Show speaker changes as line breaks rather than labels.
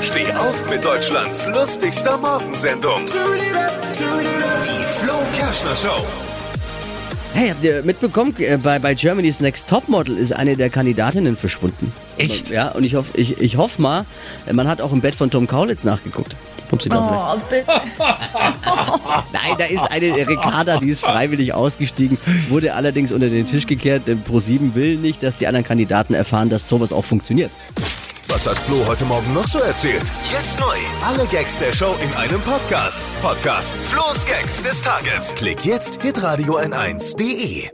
Steh auf mit Deutschlands lustigster Morgensendung. Die Flo Kerschner Show.
Hey, habt ihr mitbekommen, äh, bei, bei Germany's Next Topmodel ist eine der Kandidatinnen verschwunden.
Echt?
Ja, und ich hoffe ich, ich hoff mal, äh, man hat auch im Bett von Tom Kaulitz nachgeguckt. Pupsi Doppel.
Oh, bitte.
Nein, da ist eine äh, Ricarda, die ist freiwillig ausgestiegen, wurde allerdings unter den Tisch gekehrt. Pro7 will nicht, dass die anderen Kandidaten erfahren, dass sowas auch funktioniert.
Was hat Flo heute Morgen noch so erzählt? Jetzt neu. Alle Gags der Show in einem Podcast. Podcast Flo's Gags des Tages. Klick jetzt, hitradio n1.de.